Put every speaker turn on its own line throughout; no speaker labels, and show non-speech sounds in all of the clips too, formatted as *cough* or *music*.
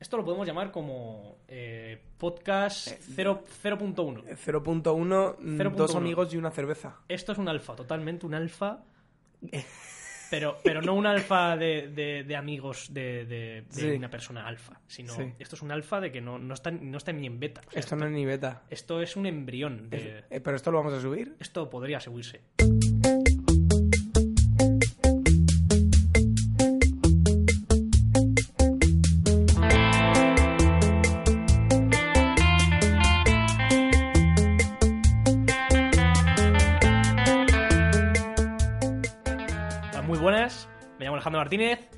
Esto lo podemos llamar como eh, podcast cero- 0.1.
0.1, mm, dos
0.1.
amigos y una cerveza.
Esto es un alfa, totalmente un
*laughs*
alfa. Pero, pero no un alfa de, de- de amigos de, de- de
Sí.
una persona alfa, sino
Sí.
esto es un alfa de que no, no, está, no está ni en beta. O sea,
Esto no es ni beta.
esto es un embrión. De,
Eh, pero esto lo vamos a subir.
Esto podría seguirse. Hola, Muy buenas, me llamo Alejandro Martínez,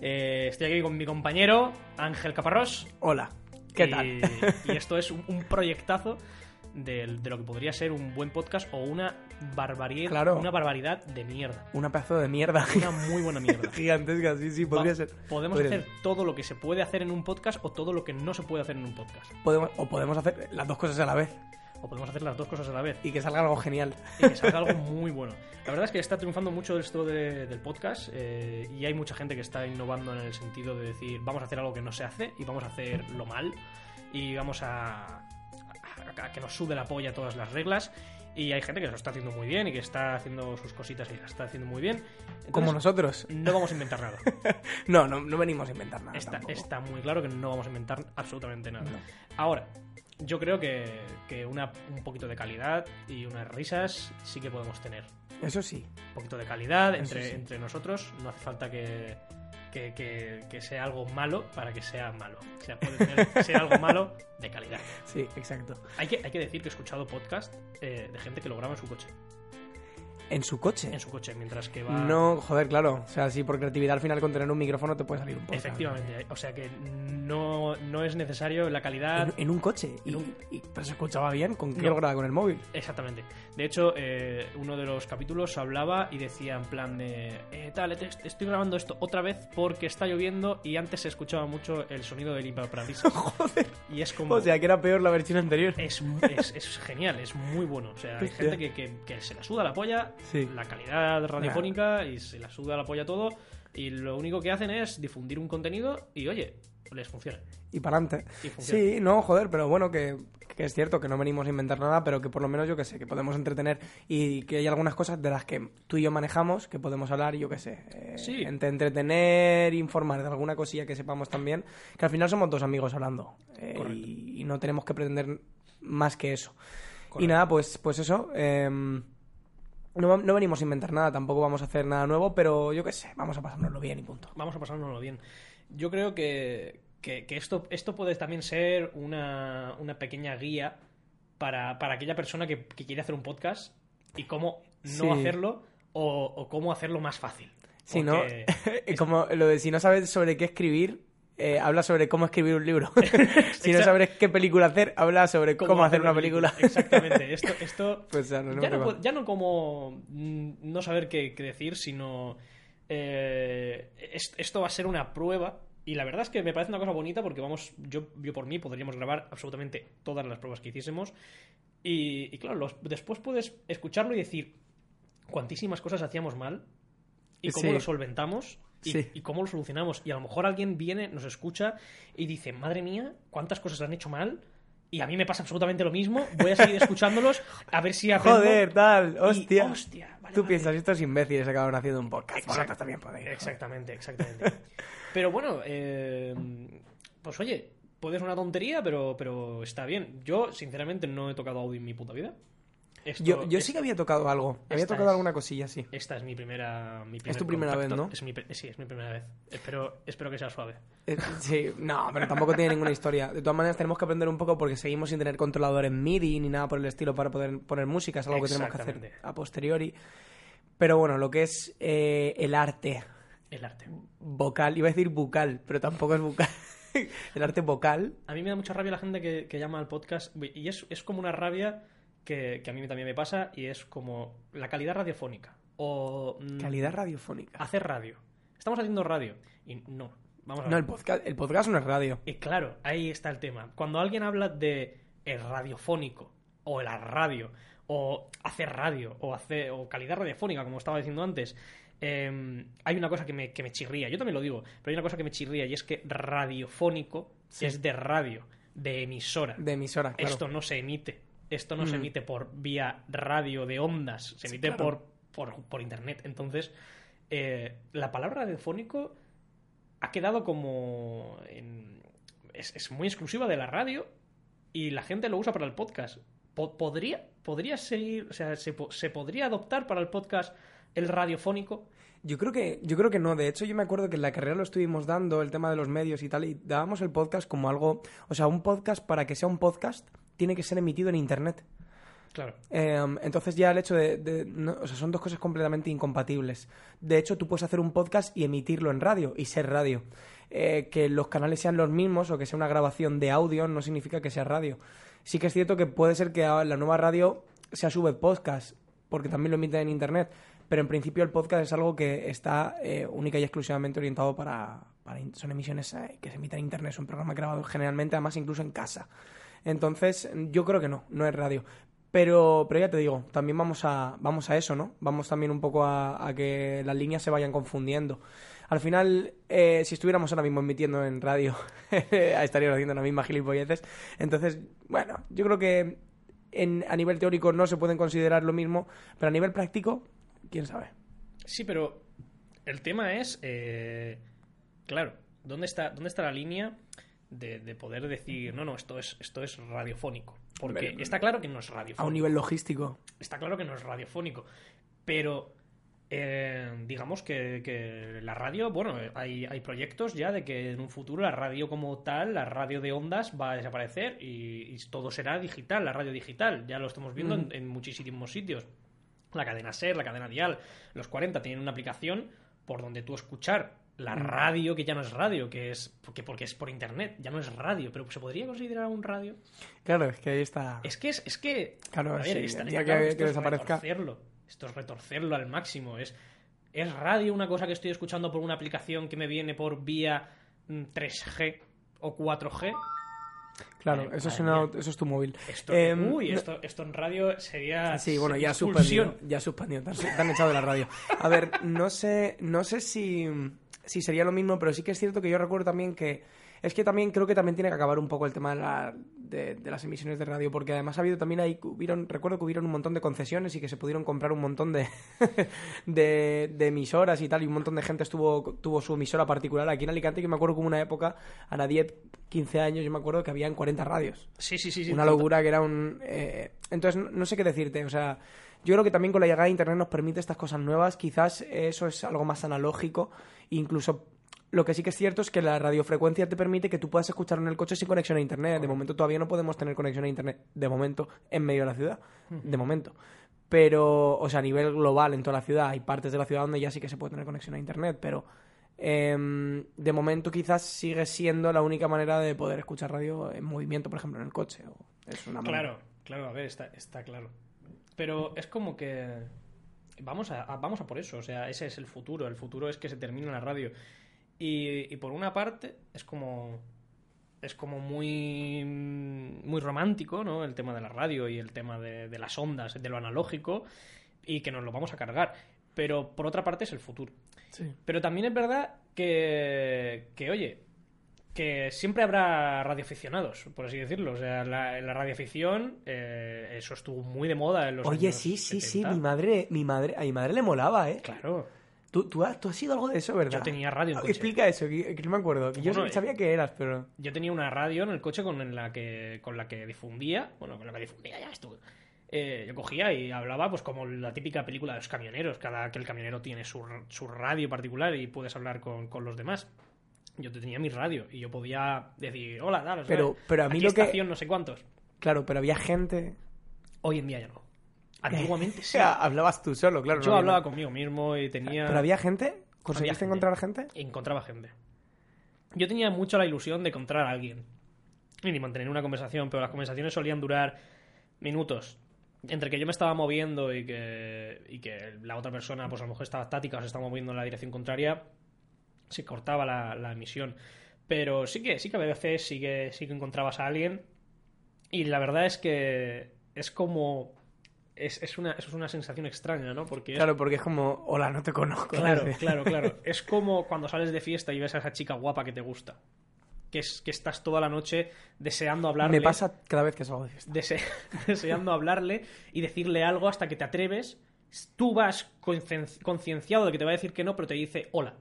eh, estoy aquí con mi compañero Ángel Caparrós.
Hola, ¿qué
Y-
tal?
Y esto es un, un proyectazo del- de, lo que podría ser un buen podcast o una barbaridad,
Claro.
una barbaridad de mierda.
Una pedazo de mierda *laughs*
Una muy buena mierda.
gigantesca, sí, sí, podría
Va-
ser.
Podemos
podría
hacer todo lo que se puede hacer en un podcast o todo lo que no se puede hacer en un podcast.
ser. Podemos, o podemos hacer las dos cosas a la vez
O podemos hacer las dos cosas a la vez
y que salga algo genial.
y que salga algo muy bueno. La verdad es que está triunfando mucho esto de- del podcast eh, y hay mucha gente que está innovando en el sentido de decir vamos a hacer algo que no se hace y vamos a hacerlo mal y vamos a, a- a que nos sude la polla todas las reglas y hay gente que lo está haciendo muy bien y que está haciendo sus cositas y las está haciendo muy bien. Entonces,
Como nosotros.
No vamos a inventar
*laughs*
nada.
No, no, no venimos a inventar nada.
Está,
Ah, tampoco.
está muy claro que no vamos a inventar absolutamente nada.
No.
Ahora, yo creo que, que una, un poquito de calidad y unas risas sí que podemos tener.
Eso sí.
un poquito de calidad
Eso
entre,
sí.
entre nosotros. No hace falta que, que, que- que sea algo malo para que sea malo. O sea, puede tener que ser algo malo de calidad.
Sí, exacto.
Hay que, hay que decir que he escuchado podcast eh, de gente que lo graba en su coche.
En su coche.
En su coche, mientras que va.
No, joder, claro. O sea, sí, por creatividad al final con tener un micrófono te puede salir un podcast.
Efectivamente. O sea que no, no es necesario la calidad.
En, en un coche. Y,
En un-
y- pero se escuchaba bien. ¿Con qué
No.
lo graba? ¿Con el móvil? *laughs*
Exactamente. De hecho, eh, uno de los capítulos hablaba y decía en plan de... eh, tal, te- te estoy grabando esto otra vez porque está lloviendo y antes se escuchaba mucho el sonido del limpiaparabrisas.
*laughs* Joder.
y es como...
O sea, que era peor la versión anterior.
es, es- es genial, es muy bueno. O sea, hay
Hostia.
gente que, que- que se la suda la polla,
Sí.
la calidad radiofónica y se la suda la polla todo. Y lo único que hacen es difundir un contenido y, oye, les funciona.
Y para adelante.
Y funciona.
Sí, no, joder, pero bueno, que, que es cierto que no venimos a inventar nada, pero que por lo menos yo que sé, que podemos entretener y que hay algunas cosas de las que tú y yo manejamos que podemos hablar, yo que sé. eh,
Sí.
Entre entretener, informar de alguna cosilla que sepamos también, que al final somos dos amigos hablando eh,
Correcto.
y, y no tenemos que pretender más que eso. Y
Correcto.
nada, pues, pues eso. em, no, va- no venimos a inventar nada, tampoco vamos a hacer nada nuevo, pero yo qué sé, vamos a pasárnoslo bien y punto.
Vamos a pasárnoslo bien. Yo creo que, que- que esto, esto puede también ser una, una pequeña guía para, para aquella persona que, que quiere hacer un podcast y cómo no
Sí.
hacerlo o, o cómo hacerlo más fácil.
Sí,
Porque-
¿no? eh, Como lo de si no sabes sobre qué escribir, eh, habla sobre cómo escribir un libro. *laughs* *laughs* si no
Exacto.
sabes qué película hacer, habla sobre cómo, hacer una película.
Exactamente. Esto,
*laughs*
esto
pues ah, no,
ya,
no,
no,
no.
puedo- ya no como mm, no saber qué, qué decir, sino eh, es- esto va a ser una prueba. Y la verdad es que me parece una cosa bonita porque vamos, yo, yo por mí podríamos grabar absolutamente todas las pruebas que hiciésemos. Y, y claro, los- después puedes escucharlo y decir cuantísimas cosas hacíamos mal y cómo
Sí.
lo solventamos y,
Sí.
y cómo lo solucionamos. Y a lo mejor alguien viene, nos escucha y dice, madre mía, cuántas cosas han hecho mal y a mí me pasa absolutamente lo mismo, voy a seguir escuchándolos a ver si aprendo.
Joder, tal,
Y,
hostia.
hostia, vale,
Tú
vale.
piensas, estos imbéciles acabaron haciendo un podcast.
Exacto.
Vosotros también podéis.
Exactamente, exactamente. pero bueno, eh, pues oye, puede ser una tontería, pero, pero está bien. Yo, sinceramente, no he tocado audio en mi puta vida. Esto
Yo, yo
es-
sí que había tocado algo. Había
esta
tocado
es-
alguna cosilla, sí.
Esta es mi primera. mi
Es tu
primer
primera
contacto.
vez, ¿no?
Es mi pri- sí, es mi primera vez. Espero, espero que sea suave.
Eh, Sí, no, pero tampoco tiene ninguna historia. De todas maneras, tenemos que aprender un poco porque seguimos sin tener controladores MIDI ni nada por el estilo para poder poner música. Es algo que tenemos que hacer
Exactamente.
a posteriori. Pero bueno, lo que es eh, el arte
El arte.
vocal, iba a decir bucal, pero tampoco es bucal. *laughs* el arte vocal.
A mí me da mucha rabia la gente que, que llama al podcast. Y es, es como una rabia que, que a mí también me pasa. Y es como la calidad radiofónica. O. mm,
Calidad radiofónica.
Hacer radio. Estamos haciendo radio. Y no. Vamos a
No,
ver.
el podcast, el podcast no es radio.
Y claro, ahí está el tema. Cuando alguien habla de el radiofónico, o la radio, o hacer radio, o hacer, o calidad radiofónica, como estaba diciendo antes, eh, hay una cosa que me, que me chirría, yo también lo digo, pero hay una cosa que me chirría y es que radiofónico
Sí.
es de radio, de emisora.
De emisora, claro.
Esto no se emite. Esto no se
Mm.
emite por vía radio de ondas, se
Sí,
emite
claro.
por, por, por internet. Entonces, eh, la palabra radiofónico ha quedado como... en- es, es muy exclusiva de la radio y la gente lo usa para el podcast. Po- podría, podría seguir, o sea, se, po- se podría adoptar para el podcast el radiofónico.
Yo creo que, yo creo que no. De hecho, yo me acuerdo que en la carrera lo estuvimos dando, el tema de los medios y tal, y dábamos el podcast como algo. O sea, un podcast, para que sea un podcast, tiene que ser emitido en internet.
Claro.
Eh, entonces ya el hecho de... de- no- o sea, son dos cosas completamente incompatibles. De hecho, tú puedes hacer un podcast y emitirlo en radio y ser radio. Eh, que los canales sean los mismos o que sea una grabación de audio no significa que sea radio. Sí que es cierto que puede ser que a- la nueva radio sea su web podcast, porque también lo emiten en Internet. Pero en principio el podcast es algo que está eh, única y exclusivamente orientado para... para in- son emisiones eh, que se emiten en Internet, son programas grabados generalmente, además incluso en casa. Entonces, yo creo que no, no es radio. Pero, pero ya te digo, también vamos a, vamos a eso, ¿no? Vamos también un poco a, a que las líneas se vayan confundiendo. Al final, eh, si estuviéramos ahora mismo emitiendo en radio, *laughs* estaríamos haciendo las mismas gilipolleces. Entonces, bueno, yo creo que en- a nivel teórico no se pueden considerar lo mismo, pero a nivel práctico, quién sabe.
Sí, pero el tema es, eh, claro, ¿dónde está, ¿dónde está la línea de, de poder decir, no, no, esto es, esto es radiofónico? Porque
Hombre,
está claro que no es
A
radiofónico.
un nivel logístico.
Está claro que no es radiofónico. Pero eh, digamos que, que la radio, bueno, eh, hay, hay proyectos ya de que en un futuro la radio como tal, la radio de ondas va a desaparecer y, y todo será digital, la radio digital. Ya lo estamos viendo en-
Ujú.
en, muchísimos sitios. La cadena SER, la cadena Dial, los 40 tienen una aplicación por donde tú escuchar la
Ujú.
radio que ya no es radio, que es porque, porque es por internet, ya no es radio, pero se podría considerar un radio.
Claro, es que ahí está.
Es que es, es que
Claro,
a ver,
sí,
está-
el
está
día
claro
que,
esto
que
es
desaparezca.
retorcerlo. Esto es retorcerlo al máximo. Es, es radio una cosa que estoy escuchando por una aplicación que me viene por vía mm, 3G o 4G.
Claro,
Madre
eso es,
mía.
una- eso es tu móvil.
Esto,
Eh,
uy,
no-
esto, esto en radio sería
Sí, bueno, ya suspendido.
expulsión.
Ya suspendido. Te han, te han echado de la radio. A ver, no sé, no sé si, si sería lo mismo, pero sí que es cierto que yo recuerdo también que. Es que también creo que también tiene que acabar un poco el tema de, la- de- de las emisiones de radio, porque además ha habido también ahí, que hubieron, recuerdo que hubieron un montón de concesiones y que se pudieron comprar un montón de, *laughs* de, de emisoras y tal, y un montón de gente estuvo, tuvo su emisora particular aquí en Alicante, que me acuerdo que hubo una época, a la 10, 15 años, yo me acuerdo que habían 40 radios
Sí, sí, sí, sí.
una locura que era un... eh, entonces, no- no sé qué decirte, o sea, yo creo que también con la llegada de Internet nos permite estas cosas nuevas, quizás eso es algo más analógico, incluso... Lo que sí que es cierto es que la radiofrecuencia te permite que tú puedas escuchar en el coche sin conexión a internet. De momento todavía no podemos tener conexión a internet, de momento, en medio de la ciudad. De momento. Pero, o sea, a nivel global en toda la ciudad, hay partes de la ciudad donde ya sí que se puede tener conexión a internet, pero em, de momento quizás sigue siendo la única manera de poder escuchar radio en movimiento, por ejemplo, en el coche. o- es una manera.
Claro, claro, a ver, está, está claro. Pero es como que vamos a, a- vamos a por eso, o sea, ese es el futuro, el futuro es que se termine la radio. Y, y por una parte es como es como muy muy romántico, ¿no? El tema de la radio y el tema de, de las ondas, de lo analógico y que nos lo vamos a cargar. Pero por otra parte es el futuro.
Sí.
Pero también es verdad que, que oye, que siempre habrá radioaficionados, por así decirlo. O sea, la, la radioafición, eh, eso estuvo muy de moda en los
Oye,
años
sí, sí, sí,
70.
mi madre, mi madre, a mi madre le molaba, ¿eh?
Claro,
Tú, tú has, tú has sido algo de eso, ¿verdad?
yo tenía radio en
Ah,
coche.
Explica eso, que, que no me acuerdo. que Yo
Bueno, eh,
sabía- sabía que eras, pero...
Yo tenía una radio en el coche con en la que, con la que difundía, bueno, con la que difundía ya estuvo. Eh, yo cogía y hablaba, pues como la típica película de los camioneros, cada que el camionero tiene su, su radio particular y puedes hablar con, con los demás. Yo tenía mi radio y yo podía decir, hola, daros,
Pero- pero a mí
aquí
lo que-
estación no sé cuántos.
Claro, pero había gente...
Hoy en día ya no. Antiguamente
O
sí.
sea, hablabas tú solo, claro.
Yo
no había-
hablaba conmigo mismo y tenía.
¿Pero había gente?
Había
¿Conseguiste
gente.
encontrar gente?
Encontraba gente. Yo tenía mucho la ilusión de encontrar a alguien. Y ni mantener una conversación, pero las conversaciones solían durar minutos. Entre que yo me estaba moviendo y que, y que la otra persona, pues a lo mejor estaba estática o se estaba moviendo en la dirección contraria, se cortaba la, la emisión. Pero sí que, sí que a veces sí que, sí que encontrabas a alguien. Y la verdad es que es como es, es una, es una sensación extraña, ¿no? Porque es-
Claro, porque es como, hola, no te conozco.
claro,
¿sabes? *laughs*
claro, claro. Es como cuando sales de fiesta y ves a esa chica guapa que te gusta. Que, es, que estás toda la noche deseando hablarle.
Me pasa cada vez que salgo de fiesta.
dese- *laughs* deseando hablarle y decirle algo hasta que te atreves. Tú vas concien- concienciado de que te va a decir que no, pero te dice hola.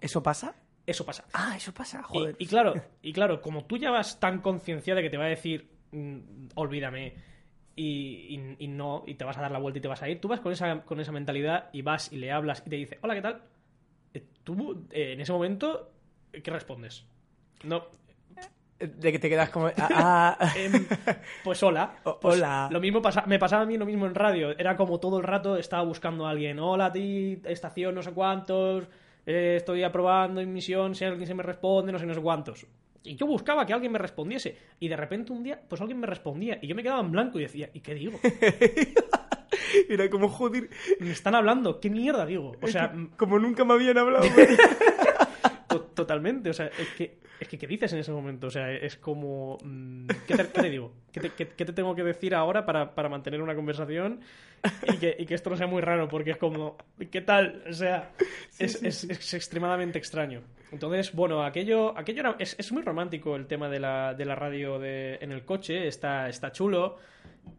¿Eso pasa?
Eso pasa.
Ah, eso pasa,
Y-
joder.
Y, claro, y claro, como tú ya vas tan concienciada que te va a decir, mm, olvídame, y, y- y no, y te vas a dar la vuelta y te vas a ir, tú vas con esa, con esa mentalidad y vas y le hablas y te dice, hola, ¿qué tal? Eh, Tú, eh, en ese momento, eh, ¿qué respondes? No,
Eh, De que te quedas como. Ah,
*laughs*
ah.
em, pues hola.
O-
Pues
hola.
Lo mismo pasa- me pasaba a mí lo mismo en radio. Era como todo el rato estaba buscando a alguien. Hola a ti, estación no sé cuántos. eh, estoy aprobando en misión, si alguien se me responde, no sé, no sé cuántos. Y yo buscaba que alguien me respondiese. Y de repente un día, pues alguien me respondía. Y yo me quedaba en blanco y decía, ¿y qué digo?
*laughs* Era como, joder.
Me están hablando, ¿qué mierda digo? O sea, m-
Como nunca me
*laughs*
habían hablado.
to- totalmente. O sea, es que, es que, ¿qué dices en ese momento? O sea, es como, mm, ¿qué te, qué te digo? ¿Qué te, qué- qué te tengo que decir ahora para, para mantener una conversación? Y que, y que esto no sea muy raro, porque es como, ¿qué tal? O sea, es, es- es extremadamente extraño. Entonces, bueno, aquello, aquello era- es, es muy romántico el tema de la, de la radio de- en el coche, está, está chulo.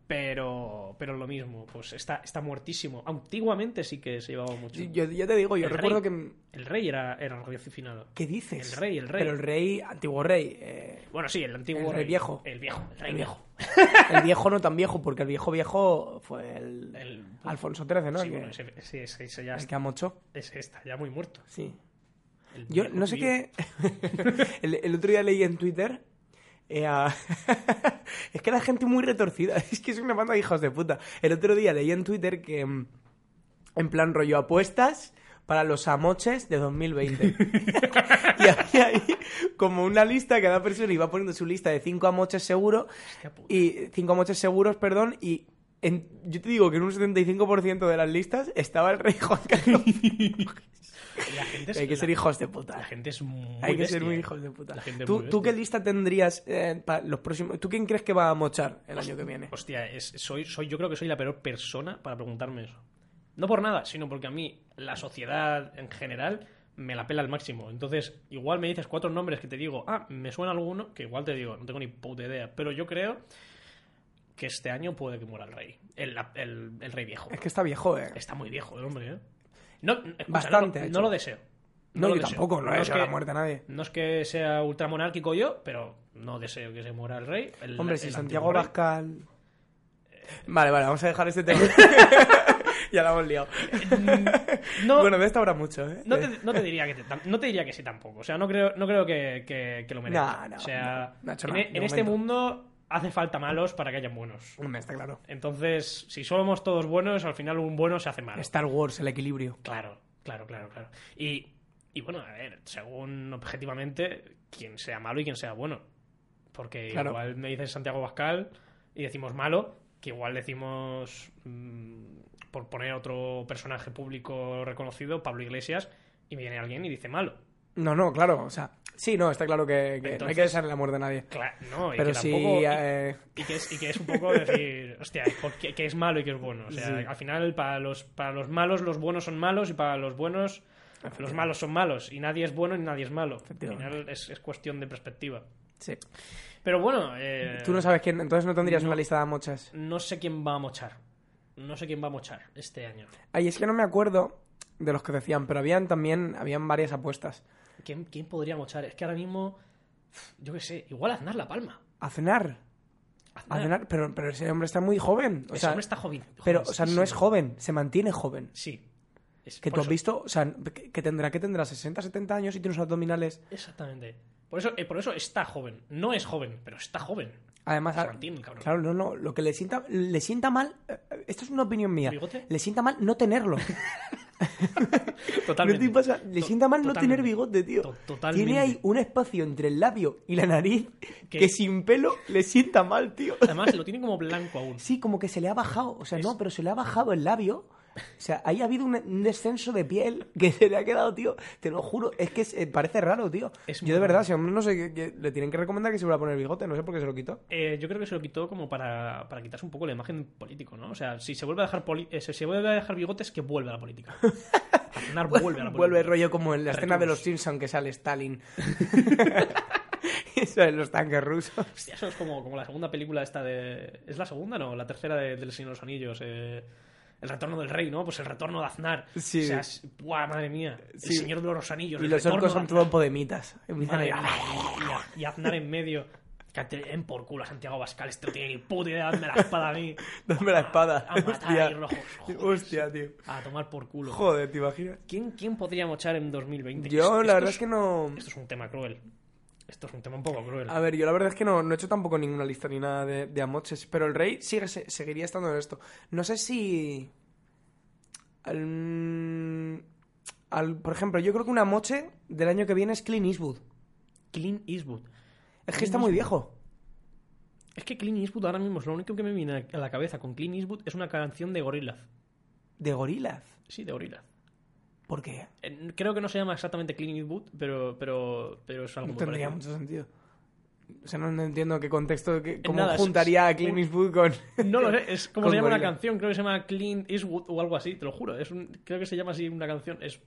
Pero, pero lo mismo, pues está, está muertísimo. Antiguamente sí que se llevaba
*laughs*
mucho.
yo, yo te digo, yo
El
recuerdo
rey.
que.
El rey era, era radioaficionado.
¿Qué dices?
El rey, el rey.
Pero el rey, antiguo rey. eh,
Bueno, sí, el antiguo.
El rey viejo.
El viejo, el rey
El
viejo.
el viejo no tan viejo, porque el viejo viejo fue el.
El-
Alfonso XIII, ¿no?
sí,
el, que,
bueno, ese, ese- ese- ese ya
el
está,
que amochó.
ese está ya muy muerto.
Sí.
El
Yo
viejo
no sé
vivo.
qué. *laughs* el, el otro día leí en Twitter. eh, a- *laughs* es que la gente muy retorcida. *laughs* Es que es una banda de hijos de puta. El otro día leí en Twitter que. mm, En plan rollo apuestas para los amoches de 2020. *laughs* y había ahí como una lista, cada persona iba poniendo su lista de cinco amoches seguro.
Hostia puta.
Y cinco amoches seguros, perdón. Y en- yo te digo que en un 75% de las listas estaba el rey Juan Carlos.
La
*laughs*
gente es,
Hay que
la-
ser hijos de puta.
La gente es muy.
Hay que
bestia,
ser muy
eh.
hijos de puta.
La gente es
¿Tú,
muy
tú qué
bestia.
lista tendrías eh, para los próximos? ¿Tú quién crees que va a mochar el año que viene?
Hostia, es- soy, soy, yo creo que soy la peor persona para preguntarme eso. No por nada, sino porque a mí la sociedad en general me la pela al máximo. Entonces, igual me dices cuatro nombres que te digo, ah, me suena alguno, que igual te digo, no tengo ni puta idea. Pero yo creo que este año puede que muera el rey. El, el- el rey viejo.
Es que está viejo, eh.
Está muy viejo el hombre, ¿eh? No, escucha,
Bastante,
no, lo-
de hecho.
no lo deseo.
No,
lo
yo
deseo.
tampoco, no, he
es
hecho la
que-
muerte a nadie.
no es que sea ultramonárquico yo, pero no deseo que se muera el rey. El-
Hombre,
el
si
antiguo
Santiago
rey.
Pascal.
Eh.
Vale, vale, vamos a dejar
*laughs*
este tema. ya la hemos liado.
No,
Bueno, de esto habrá mucho, ¿eh?
no, te, no te diría que te- tam- no te diría que sí tampoco. O sea, no creo, no creo que, que- que lo merezca.
No, no,
o sea,
no, Nacho,
en,
no,
en
de
este
momento.
mundo hace falta malos para que haya buenos.
Hombre, está claro.
Entonces, si somos todos buenos, al final un bueno se hace malo.
Star Wars, el equilibrio.
Claro, claro, claro, claro. Y, y bueno, a ver, según objetivamente, quien sea malo y quien sea bueno. Porque
Claro.
igual me dices Santiago Pascal y decimos malo, que igual decimos, mm, por poner otro personaje público reconocido, Pablo Iglesias, y me viene alguien y dice malo.
No, no, claro, o sea. Sí, no, está claro que, que no hay que
Entonces-
desearle la muerte a nadie.
Claro, no, y
Pero
que
sí.
tampoco. y-
eh,
Y que, es, y que es un poco decir, hostia, ¿por qué- que es malo y que es bueno. O sea,
Sí.
al final, para los, para los malos, los buenos son malos y para los buenos,
eh,
los malos son malos. Y nadie es bueno y nadie es malo. Al
Efectivamente.
final es, es cuestión de perspectiva.
sí.
Pero bueno, eh,
Tú no sabes quién, entonces no tendrías una lista de mochas.
no sé quién va a mochar. No sé quién va a mochar este año.
Ay, es que no me acuerdo de los que decían, pero habían también habían varias apuestas.
¿Quién, quién podría mochar? Es que ahora mismo, yo qué sé, igual Aznar La Palma.
Aznar,
Aznar,
Aznar, pero, pero ese hombre está muy joven. O
Ah. ese
sea,
hombre está joven.
pero, o sea, no es
jovencísimo.
joven, se mantiene joven.
Sí. Es
Que
por
tú has
eso.
visto, o sea, que que tendrá que tendrá 60, 70 años y tiene unos abdominales.
Exactamente. Por eso, eh, por eso está joven. No es joven, pero está joven.
Además,
Se
a-
mantiene el cabrón.
claro, no, no, lo que le sienta, le sienta mal, eh, eh, esto es una opinión mía,
¿Bigote?
le sienta mal no
*laughs*
tenerlo. ¿No
Totalmente.
te pasa? Le
To-
sienta mal no
totalmente.
tener bigote, tío.
To- totalmente.
Tiene ahí un espacio entre el labio y la nariz
Que-
que sin pelo le sienta mal, tío.
Además, lo tiene como blanco aún.
Sí, como que se le ha bajado. O sea,
Es-
no, pero se le ha bajado el labio O sea, ahí ha habido un- un descenso de piel *laughs* que se le ha quedado, tío. Te lo juro, es que se- parece raro, tío.
Es muy
Yo de verdad,
raro.
si hombre, no sé, qué- qué- le tienen que recomendar que se vuelva a poner bigote, no sé por qué se lo quitó.
Eh, yo creo que se lo quitó como para, para quitarse un poco la imagen político, ¿no? O sea, si se vuelve a dejar, poli- eh, si se vuelve a dejar bigotes, que vuelve a la
*laughs*
política. Aznar vuelve a la política.
Vuelve rollo como en la escena de
Retus.
los Simpsons que
*laughs*
sale Stalin. *laughs* Eso es los tanques rusos.
Hostia, eso es como, como la segunda película esta de... ¿Es la segunda, no? La tercera de, del Señor de los Anillos. eh, El retorno del rey, ¿no? Pues el retorno de Aznar.
Sí.
O sea, es- ¡buah, madre mía! El
Sí.
Señor de los Anillos.
Y
el
los
retorno
orcos
de
son
Aznar.
todo podemitas. Empiezan a
Madre
ir.
mía, y, y Aznar en medio. Que te den por culo a Santiago Bascal. Este no tiene ni puta idea. Dame la espada a
*laughs*
mí.
Dame la espada.
A matar ahí rojos. Joder,
*laughs* Hostia, tío.
A tomar por culo.
Joder, ¿te imaginas?
¿Quién, ¿Quién podríamos echar en 2020?
Yo,
Esto
la verdad es que no. Ah.
Esto es un tema cruel. Esto es un tema un poco cruel.
A ver, yo la verdad es que no, no he hecho tampoco ninguna lista ni nada de, de Amoches, pero el rey sigue, se- seguiría estando en esto. No sé si. al- al- por ejemplo, yo creo que una moche del año que viene es Clint Eastwood.
Clint Eastwood.
Es que está muy viejo.
Es que Clint Eastwood ahora mismo es lo único que me viene a la cabeza con Clint Eastwood es una canción de Gorillaz.
De gorilas.
Sí, de Gorillaz.
¿Por qué?
Eh, Creo que no se llama exactamente Clint Eastwood, pero, pero, pero es algo
No
muy
tendría
parecido.
mucho sentido. O sea, no, no entiendo qué contexto, qué- cómo
nada, es-
juntaría a Clint Eastwood con.
No lo sé, es como
Con
se llama una
Gorillaz.
canción, creo que se llama Clint Eastwood o algo así, te lo juro. Es un- creo que se llama así una canción, es,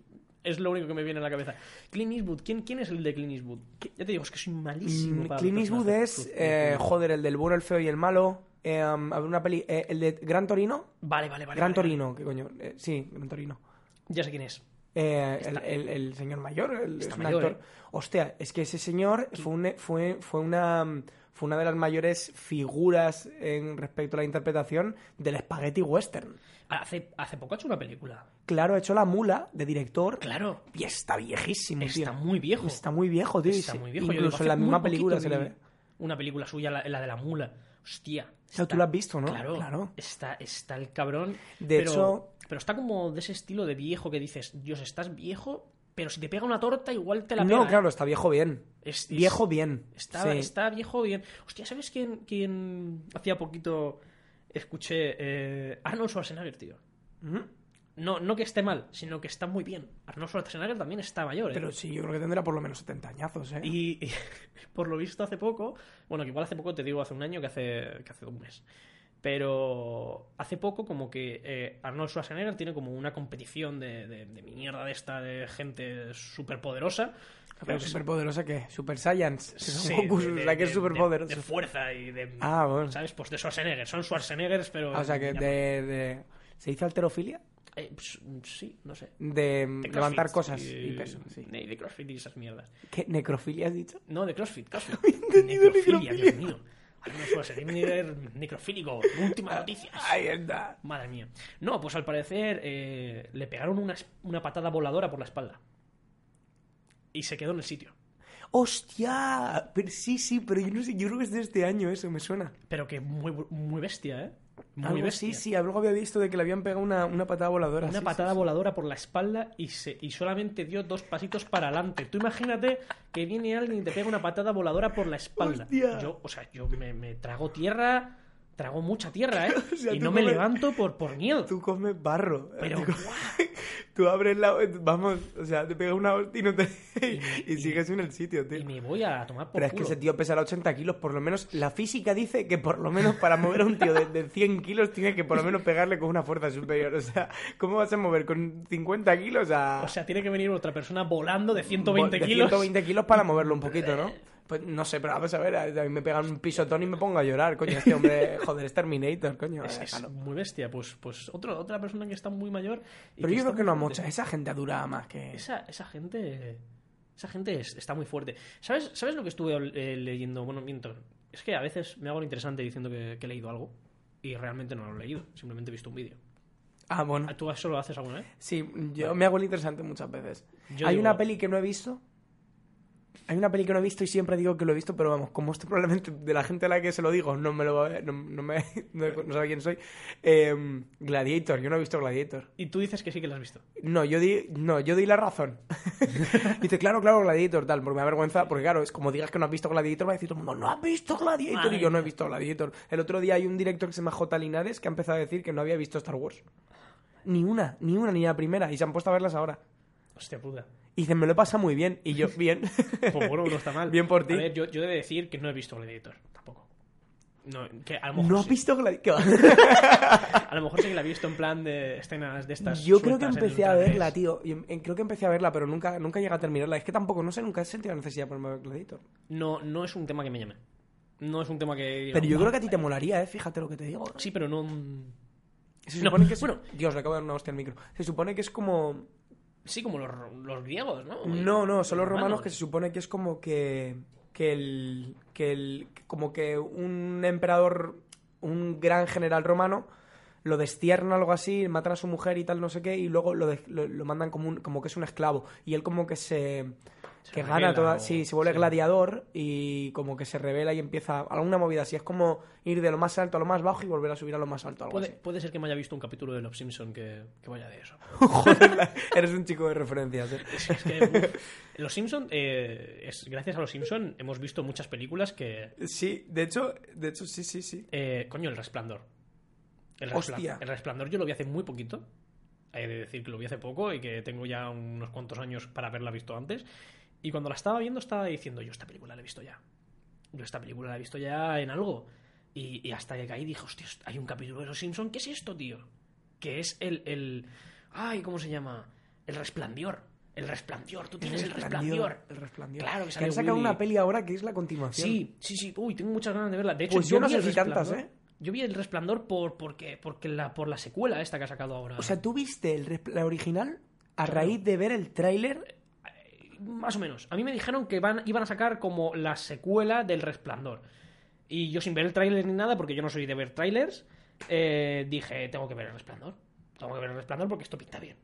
es lo único que me viene a la cabeza. Clint Eastwood, ¿quién, quién es el de Clint Eastwood? Que- Ya te digo, es que soy malísimo.
Mm,
para
Clint
los
Eastwood
personajes.
es,
Sus-
eh,
sus-
joder, el del bueno, el feo y el malo. Eh, um, a ver, una peli. eh, el de Gran Torino.
Vale, vale, vale.
Gran
vale,
Torino, ¿qué coño? Eh, sí, Gran Torino.
vale. Ya sé quién es.
Eh, el, el- el señor mayor, el,
Está
es un
mayor,
actor.
¿eh?
Hostia, es que ese señor fue, un- fue, fue, una, fue una de las mayores figuras en respecto a la interpretación del spaghetti western.
Hace, hace poco ha hecho una película.
Claro, ha hecho la mula de director.
Claro.
Y está viejísimo,
Está
tío.
muy viejo.
Está muy viejo, tío. y
Está
se-
muy viejo. Yo digo,
Incluso
hace
en la
muy
misma
poquito
película se
vi
le ve.
Una película suya, la, la de la mula. Hostia.
sea, tú la has visto, ¿no?
Claro.
Claro.
Está, está el cabrón.
De
pero,
hecho-
Pero está como de ese estilo de viejo que dices, Dios, estás viejo, pero si te pega una torta igual te la pega.
No,
¿eh?".
claro, está viejo bien.
Es- es-
Viejo bien.
Está,
Sí.
está viejo bien. Hostia, ¿sabes quién, quién hacía poquito escuché? Eh, Arnold Schwarzenegger, tío.
Ujú.
No, no que esté mal, sino que está muy bien. Arnold Schwarzenegger también está mayor, ¿eh?
Pero sí, yo creo que tendrá por lo menos 70 añazos, ¿eh?
Y, *laughs* y, por lo visto hace poco, bueno, que igual hace poco te digo hace un año que hace, que hace un mes, pero hace poco como que eh, Arnold Schwarzenegger tiene como una competición de, de- de mierda de esta, de gente súper poderosa.
Pero superpoderosa que Super Saiyans.
Sí,
Goku,
de-
o
de-
sea, que es
de-
superpoderoso.
De, de fuerza y de...
Ah, bueno.
¿Sabes? Pues de Schwarzenegger. Son Schwarzeneggers, pero...
Ah, o sea que
mira,
de, de- ¿Se dice alterofilia?
eh, pues, sí, no sé.
De mm,
De
levantar
crossfit
cosas y, peso, sí.
y de crossfit y esas mierdas.
¿Qué? ¿Necrofilia has dicho?
No, de CrossFit,
*laughs*
CrossFit.
entendido
necrofilia,
necrofilia.
Dios mío. Arnold Schwarzenegger, necrofílico, últimas
Ah,
noticias.
Ahí está.
Madre mía. No, pues al parecer eh, le pegaron una, es- una patada voladora por la espalda. Y se quedó en el sitio.
¡Hostia! Pero sí, sí, pero yo no sé, yo creo que es de este año eso, me suena.
Pero que muy, muy bestia, ¿eh? Muy
Algo,
bestia.
sí, sí, algo había visto de que le habían pegado una, una patada voladora.
Una
sí,
patada
sí, sí.
voladora por la espalda y, se, y solamente dio dos pasitos para adelante. Tú imagínate que viene alguien y te pega una patada voladora por la espalda.
Hostia.
Yo, o sea, yo me, me trago tierra, trago mucha tierra, ¿eh?
*laughs* O sea,
y
tú
no me
come-
levanto por, por miedo.
Tú comes barro.
Pero,
Tú comes- Tú abres la. Vamos, o sea, te pegas una hostia y no te. *laughs* Y, sigues en el sitio, tío.
y me voy a tomar por
Pero es que
culo.
ese tío pesará 80 kilos, por lo menos. La física dice que por lo menos para mover a un tío de, de 100 kilos tiene que por lo menos pegarle con una fuerza superior. O sea, ¿cómo vas a mover con 50 kilos a.
O sea, tiene que venir otra persona volando de 120
de
kilos.
120 kilos para moverlo un poquito, ¿no? Pues no sé, pero vamos a ver, a mí me pegan un pisotón y me pongo a llorar, coño, este hombre, joder, es Terminator, coño.
Es, es
déjalo.
muy bestia. Pues, pues otro, otra persona que está muy mayor. y
Pero yo
está
creo que
muy
no a
fuerte.
mucha, esa gente dura más que...
Esa, esa gente. Esa gente es- está muy fuerte. ¿Sabes, ¿Sabes lo que estuve eh, leyendo? Bueno, miento. Es que a veces me hago lo interesante diciendo que, que he leído algo y realmente no lo he leído. Simplemente he visto un vídeo.
Ah, bueno.
Ah, ¿Tú eso lo haces alguna vez?
Sí, yo me hago el interesante muchas veces.
Yo
Hay
digo-
una peli que no he visto. Hay una peli que no he visto y siempre digo que lo he visto, pero vamos, como esto probablemente de la gente a la que se lo digo no me lo va a ver, no, no me, *laughs* no, no sabe quién soy. Eh, Gladiator, yo no he visto Gladiator.
Y tú dices que sí que lo has visto.
No, yo di, no, yo di
*laughs*
la razón. Dice, claro, claro, Gladiator, tal, porque me da vergüenza, porque claro, es como digas que no has visto Gladiator, va a decir todo el mundo, no has visto Gladiator,
Madre
y yo no he
mía.
visto Gladiator. El otro día hay un director que se llama J. Linares que ha empezado a decir que no había visto Star Wars. ni una, ni una, ni la primera. Y se han puesto a verlas ahora.
Hostia puta.
Y dicen, me lo he pasado muy bien.
*laughs*
Y yo, bien.
Pues bueno, no está mal.
*laughs* Bien por ti.
A ver, yo, yo he de decir que no he visto Gladiator, tampoco. No, que a lo mejor,
¿No has
sí,
visto Gladi- qué va?
a lo mejor sí que la he visto en plan de escenas de estas.
*laughs* Yo creo que
sueltas en
empecé a
planes.
verla, tío. Y- en- creo que empecé a verla, pero nunca, nunca llegué a terminarla. Es que tampoco, no sé, nunca he sentido la necesidad de ponerme a ver Gladiator.
No, no es un tema que me llame. No es un tema que. diga,
Pero yo
"Guau".
creo que a ti te molaría, ¿eh? Fíjate lo que te digo.
Sí, pero no. mm,
Se
No,
supone que es...
bueno.
Dios, le acabo de dar una hostia al micro. Se supone que es como...
Sí, como los, ro- los griegos, ¿no?
No, no, son los romanos que se supone que es como que... Que el... Que el... Como que un emperador... Un gran general romano lo destierran algo así, matan a su mujer y tal, no sé qué, y luego lo, de- lo, lo mandan como, un, como que es un esclavo. Y él como que se...
Se
que
revela
gana toda...
o-
Sí, se vuelve
sí.
gladiador y como que se revela y empieza alguna movida así. Es como ir de lo más alto a lo más bajo y volver a subir a lo más alto. Algo
Puede,
así. *laughs*
puede ser que me haya visto un capítulo de Los Simpson que, que vaya de eso.
Joder, la- eres un chico de referencias. eh.
Es, es que. uf, los Simpson. eh, es, gracias a los Simpson hemos visto muchas películas que.
Sí, de hecho, de hecho, sí, sí, sí.
eh, coño, El Resplandor. El,
Hostia.
Resplandor. el Resplandor yo lo vi hace muy poquito. He de decir que lo vi hace poco y que tengo ya unos cuantos años para haberla visto antes. Y cuando la estaba viendo estaba diciendo, yo esta película la he visto ya. Yo esta película la he visto ya en algo. Y, y hasta que caí dije, hostia, hay un capítulo de Los Simpson ¿qué es esto, tío? Que es el, el... Ay, ¿cómo se llama? El resplandor. El resplandor, tú tienes el resplandor.
El resplandor.
Claro, que
que,
sale
han sacado
Willy.
una peli ahora que es la continuación.
Sí, sí, sí. Uy, tengo muchas ganas de verla. De hecho,
Pues yo no
vi
sé
El
si tantas,
Resplandor-
¿eh?
Yo vi el resplandor por, porque, porque la, por la secuela esta que ha sacado ahora.
O sea, tú viste el res- la original a
Claro.
raíz de ver el tráiler.
Eh, más o menos. A mí me dijeron que van, iban a sacar como la secuela del Resplandor. Y yo sin ver el tráiler ni nada, porque yo no soy de ver trailers, eh, dije, tengo que ver el Resplandor. Tengo que ver el Resplandor porque esto pinta bien.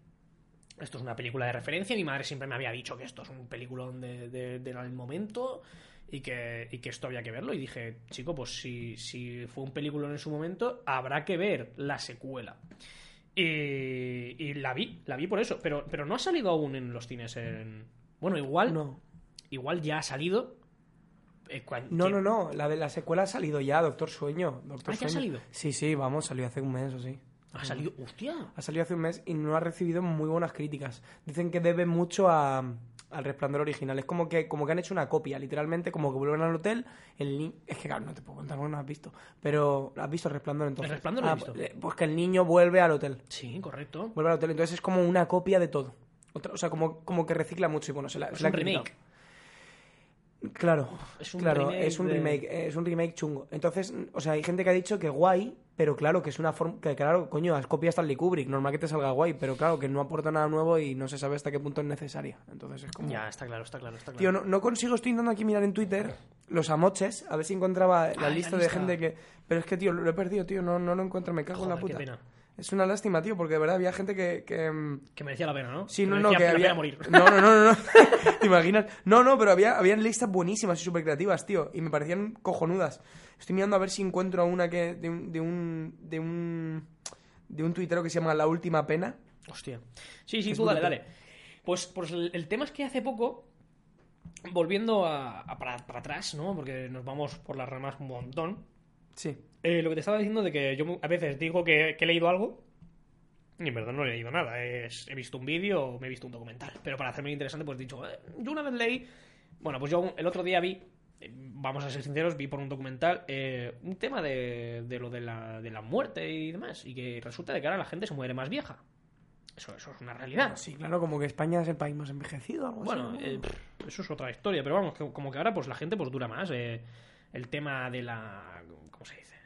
Esto es una película de referencia. Mi madre siempre me había dicho que esto es un peliculón de- de- del momento y que, y que esto había que verlo. Y dije, chico, pues si, si fue un peliculón en su momento, habrá que ver la secuela. Y, y la vi, la vi por eso. Pero, pero no ha salido aún en los cines. En... Bueno, igual,
No,
igual ya ha salido. eh, cuan-
no,
que-
no, no. La de la secuela ha salido ya, Doctor Sueño. Doctor
Ah, ¿ya ha
Sueño.
salido?
Sí, sí, vamos, salió hace un mes o sí.
Ha salido. ¡Hostia!
Ha salido hace un mes y no ha recibido muy buenas críticas. Dicen que debe mucho a- al resplandor original. Es como que, como que han hecho una copia, literalmente, como que vuelven al hotel. El ni- Es que, claro, no te puedo contar porque no has visto. Pero, ¿has visto el resplandor entonces?
El Resplandor lo he
Ah,
visto.
eh, Pues que el niño vuelve al hotel.
Sí, correcto.
Vuelve al hotel, entonces es como una copia de todo. Otra- o sea, como, como que recicla mucho y bueno, se la.
Es
se la
un
han
remake.
criticado. Claro,
Es un
claro,
remake
es un
de-
remake, eh, es un remake chungo. Entonces, mm, o sea, hay gente que ha dicho que guay, pero claro, que es una forma, que claro, coño, has copiado Stanley Kubrick, normal que te salga guay, pero claro, que no aporta nada nuevo y no se sabe hasta qué punto es necesaria. Entonces es como...
Ya, está claro, está claro, está claro.
Tío, no, no consigo, estoy intentando aquí mirar en Twitter los amoches, a ver si encontraba la
Ah, la
lista de
lista.
gente que... Pero es que, tío, lo he perdido, tío, no, no lo encuentro, me cago en la
Joder, qué
puta.
pena.
Es una lástima, tío, porque de verdad había gente que... que, mm,
Que merecía la pena, ¿no?
Sí, no,
merecía
no, que
la pena
había...
morir.
*laughs* No, no, no, no, no.
*laughs*
¿Te imaginas? No, no, pero había, habían listas buenísimas y súper creativas, tío. Y me parecían cojonudas. Estoy mirando a ver si encuentro a una que... De un... De un... De un, de un tuitero que se llama La Última Pena.
Hostia. Sí, sí,
Es
tú dale,
brutal.
dale. Pues, pues el, el tema es que hace poco, volviendo a, a para, para atrás, ¿no? Porque nos vamos por las ramas un montón.
Sí.
Eh, lo que te estaba diciendo de que yo mu- a veces digo que, que he leído algo y en verdad no he leído nada. Es- he visto un vídeo o me he visto un documental. Pero para hacerme interesante, pues he dicho, "Eh, yo una vez leí. Bueno, pues yo un- el otro día vi, eh, vamos a ser sinceros, vi por un documental eh, un tema de, de lo de la, de la muerte y demás. Y que resulta de que ahora la gente se muere más vieja. Eso, eso es una realidad.
Ah, Sí, claro, como que España es el país más envejecido. Algo
Ah. Bueno,
así, ¿no?
eh, pff, eso es otra historia, pero vamos, que- como que ahora pues la gente pues dura más. eh, el tema de la... ¿Cómo se dice?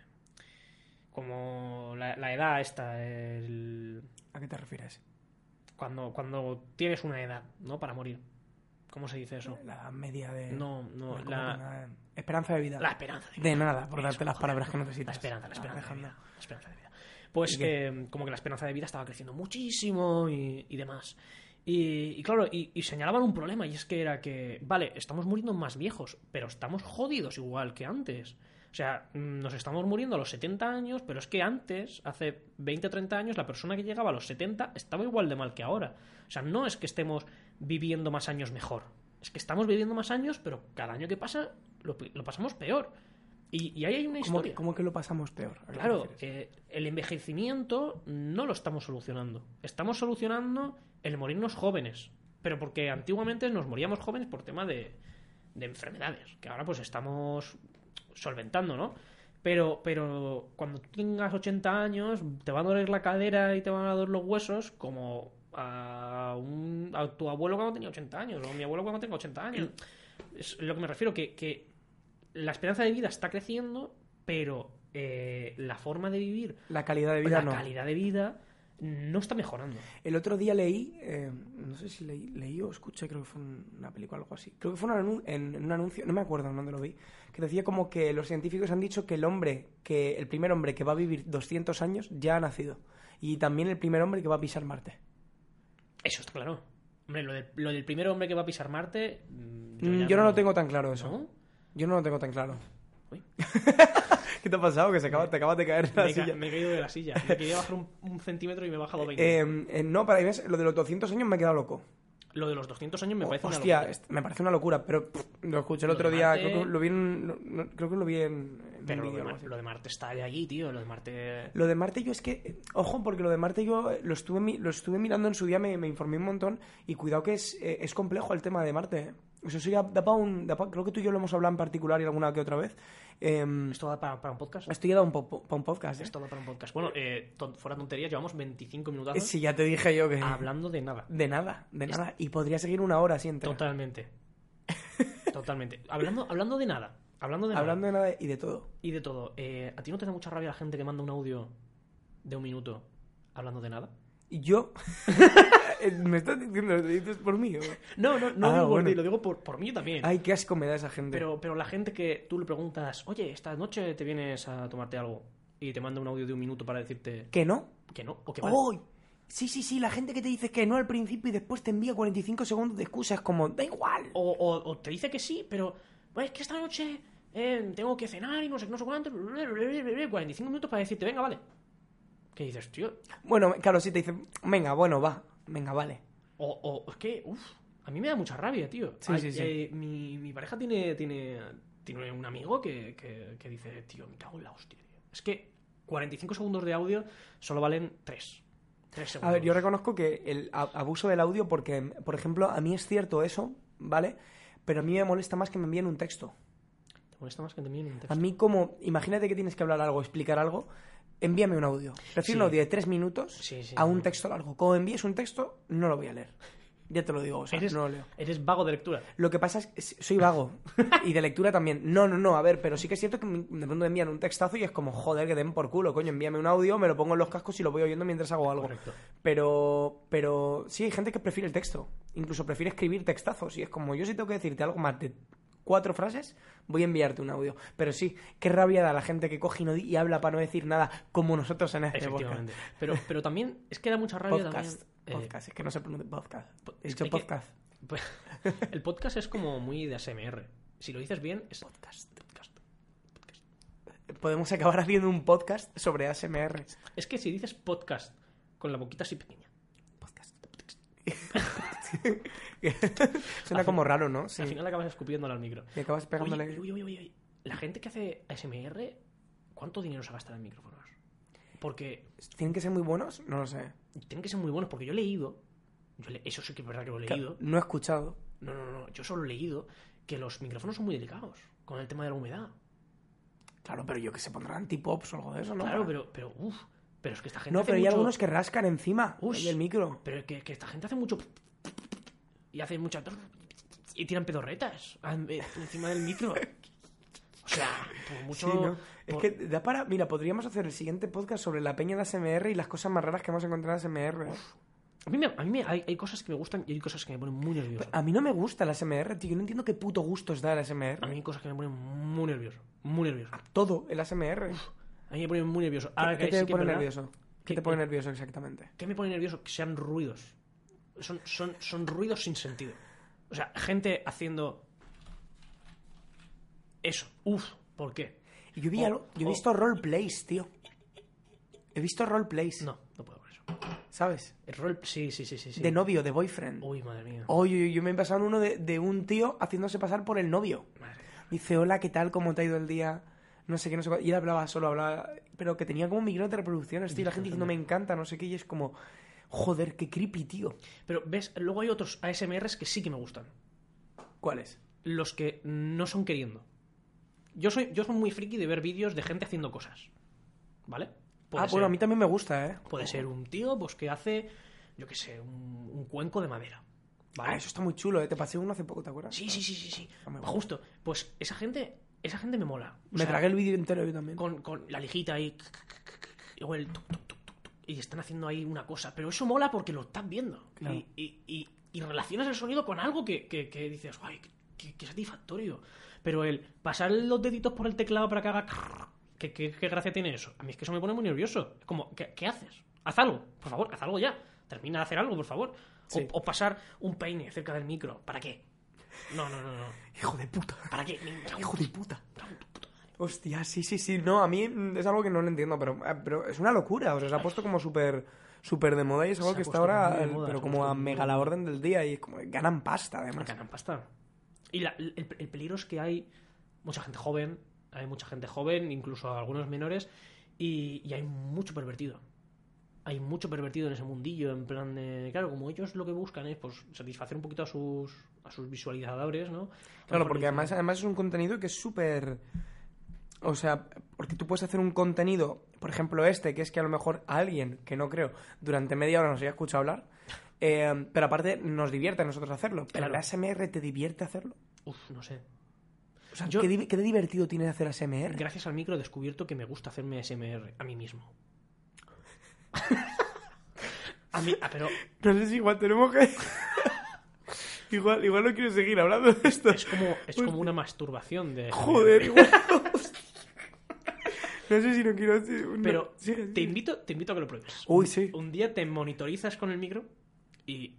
Como la, la edad esta, el-
¿A qué te refieres?
cuando, cuando tienes una edad, ¿no? Para morir. ¿Cómo se dice eso?
La edad media de...
No, no,
Eh, como que
la,
nada- Esperanza de vida.
la esperanza.
De nada, por
Eso,
darte las
joder,
palabras que
no.
necesitas. Ah,
La esperanza, la esperanza, de
Alejandro.
vida, la esperanza de vida. Pues
¿Y qué?
eh, como que la esperanza de vida estaba creciendo muchísimo y, y demás. Y, y claro, y, y señalaban un problema y es que era que, vale, estamos muriendo más viejos, pero estamos jodidos igual que antes. O sea, mm, nos estamos muriendo a los 70 años, pero es que antes, hace 20 o 30 años, la persona que llegaba a los 70 estaba igual de mal que ahora. O sea, no es que estemos viviendo más años mejor. Es que estamos viviendo más años, pero cada año que pasa lo, pe- lo pasamos peor. Y, y ahí hay una
¿Cómo,
historia.
cómo que lo pasamos peor? ¿A qué te
Claro,
refieres?
eh, el envejecimiento no lo estamos solucionando. Estamos solucionando el morirnos jóvenes. Pero porque antiguamente nos moríamos jóvenes por tema de, de enfermedades, que ahora pues estamos solventando, ¿no? Pero, pero cuando tú tengas 80 años, te va a doler la cadera y te van a doler los huesos como a, un, a tu abuelo cuando tenía 80 años o a mi abuelo cuando tenga 80 años. Es lo que me refiero, que, que la esperanza de vida está creciendo, pero eh, la forma de vivir,
La calidad de vida
la
no.
calidad de vida, no está mejorando.
El otro día leí, eh, no sé si leí, leí o escuché, creo que fue un- una película o algo así. Creo que fue un anun- en, en un anuncio, no me acuerdo en dónde lo vi, que decía como que los científicos han dicho que el hombre, que el primer hombre que va a vivir 200 años ya ha nacido. Y también el primer hombre que va a pisar Marte.
Eso está claro. Hombre, lo, de- lo del primer hombre que va a pisar Marte. mm,
Mm, Yo,
ya
no lo tengo tan claro eso.
¿No?
Yo no lo tengo tan claro.
Uy.
*laughs* ¿Qué te ha pasado? Que se acaba- te acabas de caer la
Me, he ca-
silla.
me he caído de la silla. Me quería bajar un, un centímetro y me he bajado 20.
Eh, eh, no, para ves, lo de los 200 años me he quedado loco.
lo de los 200 años me
Oh,
parece una
hostia,
locura.
est- me parece una locura, pero pff, lo escuché el
Lo
otro
de
día,
Marte-
creo que lo vi en, no- no- creo que lo vi en, en un
Pero lo de,
vídeo o algo
Mar-
así.
lo de Marte está de allí, tío. Lo de Marte.
Lo de Marte yo es que, eh, ojo, porque lo de Marte yo eh, lo estuve, mi- lo estuve mirando en su día, me, me informé un montón y cuidado que es, eh, es complejo el tema de Marte. eh. O sea, eso ya da pa' un, da pa- creo que tú y yo lo hemos hablado en particular y alguna que otra vez. Em,
Esto da para, para un podcast. ¿no?
esto ya da un, po- po- pa' un podcast. eh.
Esto da para un podcast. Bueno, eh, ton- fuera tontería, llevamos 25
Eh,
minutos
Sí, ya te dije yo que...
hablando de nada.
De nada, de nada. Y podría seguir una hora así entera.
Totalmente. *laughs* Totalmente. Hablando, hablando de nada. Hablando de nada.
Hablando de nada y de todo.
Y de todo. eh, ¿A ti no te da mucha rabia la gente que manda un audio de un minuto hablando de nada?
Y yo... *laughs* eh, ¿Me estás diciendo lo que dices por mí? o?
No, no, no
Ah,
digo por
bueno.
ti, lo digo por, por mí también.
Ay, qué asco me da esa gente.
Pero, pero la gente que tú le preguntas, oye, esta noche te vienes a tomarte algo y te manda un audio de un minuto para decirte
¿Que no?
que no o que vale.
¡Ay! Sí, sí, sí, la gente que te dice que no al principio y después te envía 45 segundos de excusas como, da igual.
O, o- o te dice que sí, pero "Pues es que esta noche eh, tengo que cenar y no sé, no sé cuánto. 45 minutos para decirte, venga, vale. ¿Qué dices, tío?
Bueno, claro, sí te dicen, venga, bueno, va, venga, vale.
O, o es que, uff, a mí me da mucha rabia, tío.
Sí, sí, sí.
eh, mi, mi pareja tiene, tiene, tiene un amigo que, que, que dice, tío, me cago en la hostia, tío. Es que 45 segundos de audio solo valen 3. 3
A
segundos.
ver, yo reconozco que el a- abuso del audio porque, por ejemplo, a mí es cierto eso, ¿vale? Pero a mí me molesta más que me envíen un texto.
¿Te molesta más que te envíen un texto?
A mí como, imagínate que tienes que hablar algo, explicar algo, envíame un audio. Prefiero
Sí.
un audio de tres minutos
Sí, sí,
a un
sí.
texto largo. Como envíes un texto, no lo voy a leer. Ya te lo digo, o sea,
Eres-
no lo leo.
Eres vago de lectura.
Lo que pasa es que
*laughs*
soy vago y de lectura también. No, no, no, a ver, pero sí que es cierto que de pronto me envían un textazo y es como, joder, que den por culo, coño, envíame un audio, me lo pongo en los cascos y lo voy oyendo mientras hago algo. *laughs*
Correcto.
Pero, pero sí, hay gente que prefiere el texto, incluso prefiere escribir textazos y es como, yo si tengo que decirte algo más de cuatro frases, voy a enviarte un audio. Pero sí, qué rabia da la gente que coge y, no di- y habla para no decir nada, como nosotros en este
Efectivamente.
podcast.
Pero, pero también es que da mucha rabia
Podcast,
también. eh,
podcast, es que no se pronuncia podcast.
po-
He
es
dicho
que-
podcast.
*laughs* Pues, el podcast es como muy de ASMR. Si lo dices bien, es podcast.
Podemos acabar haciendo un podcast sobre ASMR.
Es que si dices podcast con la boquita así pequeña,
Podcast. *laughs* Suena como raro, ¿no? Sí.
al final acabas escupiéndole al micro.
Y acabas
Oye,
pegándole.
oye, oye, oye, oye. La gente que hace ASMR, ¿cuánto dinero se gasta en micrófonos? Porque
¿Tienen que ser muy buenos? No lo sé.
tienen que ser muy buenos, porque yo he leído, yo le- eso sí que es verdad que lo he leído,
No he escuchado.
no, no, no, yo solo he leído que los micrófonos son muy delicados con el tema de la humedad.
Claro, pero yo que se pondrán antipops o algo de eso, ¿no?
Claro, pero, pero, uff, pero es que esta gente
No,
hace
pero hay
mucho-
algunos que rascan encima
Ush.
del micro.
Pero que, que esta gente hace mucho... Y hace mucha... Y tiran pedorretas ah, eh, encima del micro. O sea, por mucho...
*laughs* Sí, ¿no? Es
por-
que da para. Mira, podríamos hacer el siguiente podcast sobre la peña de ASMR y las cosas más raras que hemos encontrado en ASMR.
pues A mí, me, a mí me- hay, hay cosas que me gustan y hay cosas que me ponen muy nervioso.
A mí no me gusta el ASMR, tío. Yo no entiendo qué puto gustos da el ASMR.
A mí hay cosas que me ponen muy nervioso. Muy nervioso.
Todo el ASMR.
A mí me ponen muy nervioso. Ahora
¿Qué
que
te
sí que es
pone
verdad-
nervioso? ¿Qué
que-
te pone nervioso exactamente?
¿Qué me pone nervioso? Que sean ruidos. Son, son, son ruidos sin sentido. O sea, gente haciendo... Eso. Uf. ¿Por qué?
Yo, vi
O-
algo- yo he
o-
visto roleplays, tío. He visto roleplays,
No, no puedo con eso.
¿sabes?
El rol... Sí, sí, sí, sí. Oh. sí.
De Oh. novio, de boyfriend.
Uy, madre mía.
Oye, oye, yo me he pasado en uno de, de un tío haciéndose pasar por el novio.
Madre mía.
Dice, hola, ¿qué tal? ¿Cómo te ha ido el día? no sé qué, no sé cuál. Y él hablaba solo, hablaba, pero que tenía como millones de reproducciones, tío. Y la gente diciendo, me encanta, no sé qué, y es como, joder, qué creepy, tío.
Pero ves, luego hay otros ASMRs que sí que me gustan.
¿Cuál es?
Los que no son queriendo. Yo soy, yo soy muy friki de ver vídeos de gente haciendo cosas. ¿Vale? Puede
ah, bueno, a
ser-
mí también me gusta, ¿eh?
Puede ser un tío pues, que hace, yo qué sé, un, un cuenco de madera. ¿Vale?
Ah, eso está muy chulo, ¿eh? Te pasé uno hace poco, ¿te acuerdas?
Sí, sí, sí, sí, sí.
Ah, me gusta.
Justo. Pues esa gente, esa gente me mola. O
Me
sea,
tragué el vídeo entero yo también.
con, con la lijita ahí. Y, luego el tuc, tuc, tuc, tuc, tuc, y están haciendo ahí una cosa. Pero eso mola porque lo estás viendo.
Claro.
Y, y- y- y relacionas el sonido con algo que, que- que dices, ¡ay, qué, qué satisfactorio! Pero el pasar los deditos por el teclado para que haga. crrr, ¿Qué, qué- qué gracia tiene eso? A mí es que eso me pone muy nervioso. Es como, ¿qué, qué haces? Haz algo, por favor, haz algo ya. Termina de hacer algo, por favor. O-
Sí.
o pasar un peine cerca del micro. ¿Para qué? No, no, no, no.
Hijo de
*laughs*
puta.
¿Para qué?
Hijo de puta. Hostia, sí, sí, sí. No, a mí mm, es algo que no lo entiendo, pero, eh, pero es una locura. O sea, se ha puesto como súper súper de moda y es algo
Se ha
que está
puesto
ahora,
muy de
el-
moda, se
pero
ha
como
puesto
a
muy
mega
de
la orden del día y es como que ganan pasta, además.
ganan pasta. Y la- el, el peligro es que hay mucha gente joven, hay mucha gente joven, incluso algunos menores, y, y hay mucho pervertido. Hay mucho pervertido en ese mundillo, en plan de... Claro, como ellos lo que buscan es pues satisfacer un poquito a sus, a sus visualizadores, ¿no? A lo
Claro,
mejor
porque
dicen,
además, además es un contenido que es súper... O sea, porque tú puedes hacer un contenido, por ejemplo este, que es que a lo mejor a alguien, que no creo, durante media hora nos haya escuchado hablar, eh, pero aparte nos divierte a nosotros hacerlo. ¿Pero
Claro.
la SMR te divierte hacerlo?
Uf, no sé.
O sea,
Yo-
¿qué, di- qué de divertido tiene hacer ASMR?
Gracias al micro he descubierto que me gusta hacerme SMR a mí
*laughs*
mismo. a mí, ah, pero
No sé si igual tenemos que... *laughs* igual, igual no quiero seguir hablando de esto.
es como, es como una masturbación de...
Joder, igual... *laughs* no sé si no quiero... no-
Pero te,
sigue, sigue.
invito, te invito a que lo pruebes.
Uy, sí.
Un día te monitorizas con el micro y,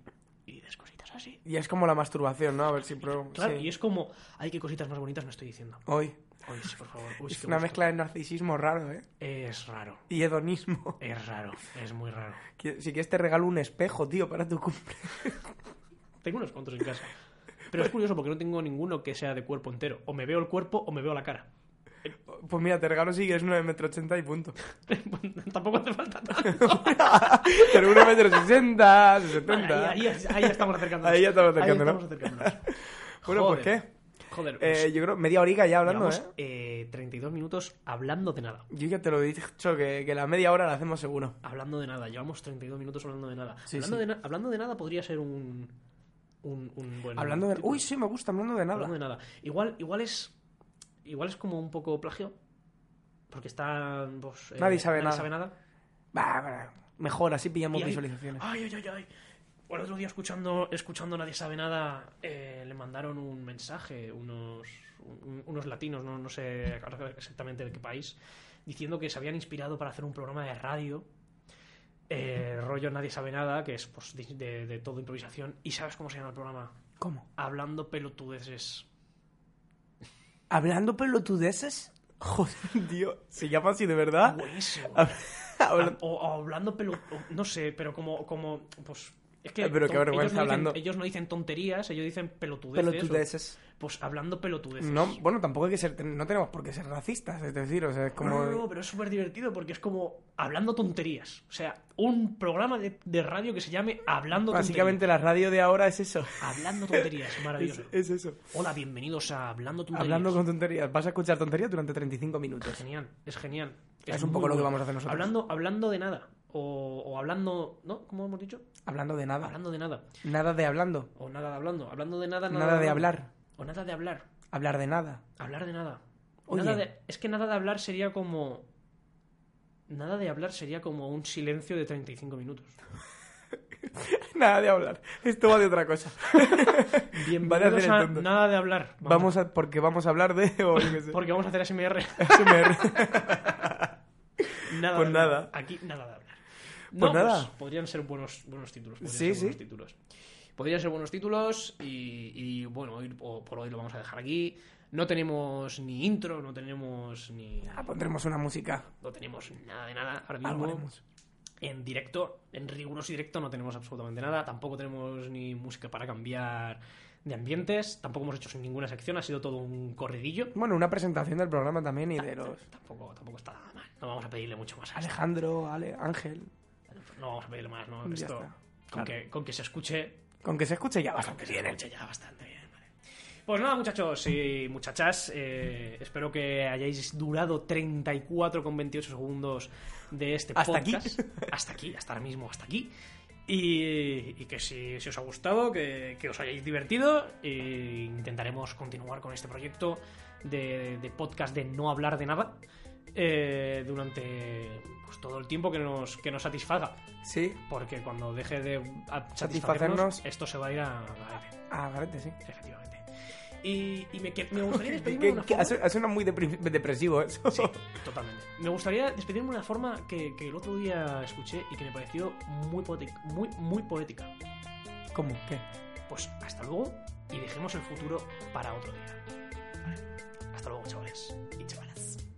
y dices cositas así.
Y es como la masturbación, ¿no? A ver si pruebo.
Claro,
sí.
y es como, ay, qué cositas más bonitas me estoy diciendo.
Hoy.
Uy, sí, por favor. Uy,
Es
qué
una
gusto.
mezcla de narcisismo raro, ¿eh?
Es raro,
Y hedonismo. *laughs*
es raro, es muy raro.
Que- Si quieres te regalo un espejo, tío, para tu cumple.
Tengo unos cuantos en casa. Pero es curioso porque no tengo ninguno que sea de cuerpo entero. O me veo el cuerpo o me veo la cara. *laughs*
Pues mira, te regalo si quieres 1,80 m y
*laughs*
punto.
Tampoco hace falta
*laughs*
tanto.
Pero 1,60 m,
Vale,
70
ahí, ahí- ahí ya estamos acercándonos.
Ahí ya estamos acercándonos.
Ahí estamos acercándonos.
Bueno, pues
Joder.
qué.
Joder, pues,
Eh, yo creo, media horiga ya hablando,
llevamos,
¿eh?
eh, 32 minutos hablando de nada.
Yo ya te lo he dicho, que, que la media hora la hacemos seguro.
Hablando de nada, llevamos 32 minutos hablando de nada.
Sí,
hablando,
sí.
De na- hablando de nada podría ser un, un, un buen.
hablando de...
título.
Uy, sí, me gusta, hablando de nada.
Hablando de nada. Igual, igual es. Igual es como un poco plagio. Porque está. pues, eh,
Nadie sabe nada. Bah, bah, mejor, así pillamos
Y ahí- Ah.
visualizaciones.
Ay, ay, ay, ay. O El otro día escuchando, escuchando Nadie sabe nada, eh, le mandaron un mensaje, unos, un- unos latinos, no, no sé ahora exactamente de qué país, diciendo que se habían inspirado para hacer un programa de radio, eh, rollo Nadie sabe nada, que es pues, de, de- de todo improvisación, y ¿sabes cómo se llama el programa?
¿Cómo?
Hablando pelotudeses.
¿Hablando pelotudeses? *laughs* Joder, tío. Se llama así de verdad.
Buenísimo.
Ah. Habla- habla-
O, o hablando pelo... o- No sé, pero como... como pues, es que
Ay, pero qué
ton-
vergüenza
ellos no,
hablando.
Dicen, ellos no dicen tonterías, ellos dicen pelotudeces. o-
Pelotudeses.
Pues hablando pelotudeces.
No, bueno, tampoco hay que ser, no tenemos por qué ser racistas, es decir, o sea, es como...
No, no, no, pero es súper divertido porque es como hablando tonterías. O sea, un programa de, de radio que se llame Hablando
Básicamente la radio de ahora es eso.
Tonterías. Hablando
*laughs*
tonterías,
Es,
maravilloso.
es eso.
Hola, bienvenidos a Hablando Tonterías.
Hablando con tonterías, vas a escuchar tonterías durante 35 minutos.
Genial, es genial.
Es un
muy
poco lo que
bueno.
vamos a hacer nosotros.
Hablando, hablando de nada. O, o hablando. ¿No? ¿Cómo hemos dicho?
Hablando de nada.
Hablando de nada.
Nada de hablando.
O nada de hablando. Hablando de nada, nada,
Nada de
hablando.
hablar.
O nada de hablar.
Hablar de nada. *laughs*
Hablar de nada.
Oye.
Nada de- es que nada de hablar sería como. Nada de hablar sería como un silencio de 35
*laughs*
minutos.
Nada de hablar. Esto va de otra cosa.
Bienvenidos
hacer el
a
tonto.
Nada de hablar.
Vamos Pues a... Porque vamos a hablar de... o yo qué *laughs* sé.
Porque vamos a hacer SMR.
SMR.
*laughs* Nada
Pues
de
nada.
hablar. Aquí nada de hablar. No,
nada.
pues podrían ser buenos, buenos títulos. podrían
Sí,
ser
sí.
buenos títulos. Podrían ser buenos títulos y, y, bueno, hoy- o- por hoy lo vamos a dejar aquí. No tenemos ni intro, no tenemos ni...
Ah, pondremos una música.
No tenemos nada de nada ahora
Algo
mismo.
haremos.
En directo, en riguroso directo no tenemos absolutamente nada. Tampoco tenemos ni música para cambiar de ambientes, tampoco hemos hecho ninguna sección, ha sido todo un corridillo.
Bueno, una presentación del programa también y de los...
Tampoco, tampoco está nada mal. No vamos a pedirle mucho más a esto.
Alejandro, Ale, Ángel.
No vamos a pedirle más, ¿no?
Ya
Esto,
está.
con,
Claro.
que, con que se escuche
Con que se escuche ya
Aunque
bastante
se
bien. ¿eh?
escuche ya bastante bien, vale. Pues nada, muchachos y muchachas, eh, espero que hayáis durado 34,28 segundos de este
Hasta aquí.
podcast. Hasta aquí, hasta ahora mismo, hasta aquí. Y, y que si, si os ha gustado, que, que os hayáis divertido, e intentaremos continuar con este proyecto de, de podcast de no hablar de nada eh, durante pues, todo el tiempo que nos, que nos satisfaga.
Sí,
Porque cuando deje de a- satisfacernos,
Satisfacernos.
esto se va a ir a garete,
a Garete, Ah, sí.
efectivamente. Y, y me, que- me gustaría despedirme de
Que,
una
que
forma...
ha su- ha sonado muy depri- depresivo eso.
Sí, totalmente. Me gustaría despedirme de una forma que, que el otro día escuché y que me pareció muy, poética- muy, muy poética.
*laughs* ¿Cómo? ¿Qué?
Pues hasta luego y dejemos el futuro para otro día. Vale. Hasta luego, chavales y chavalas.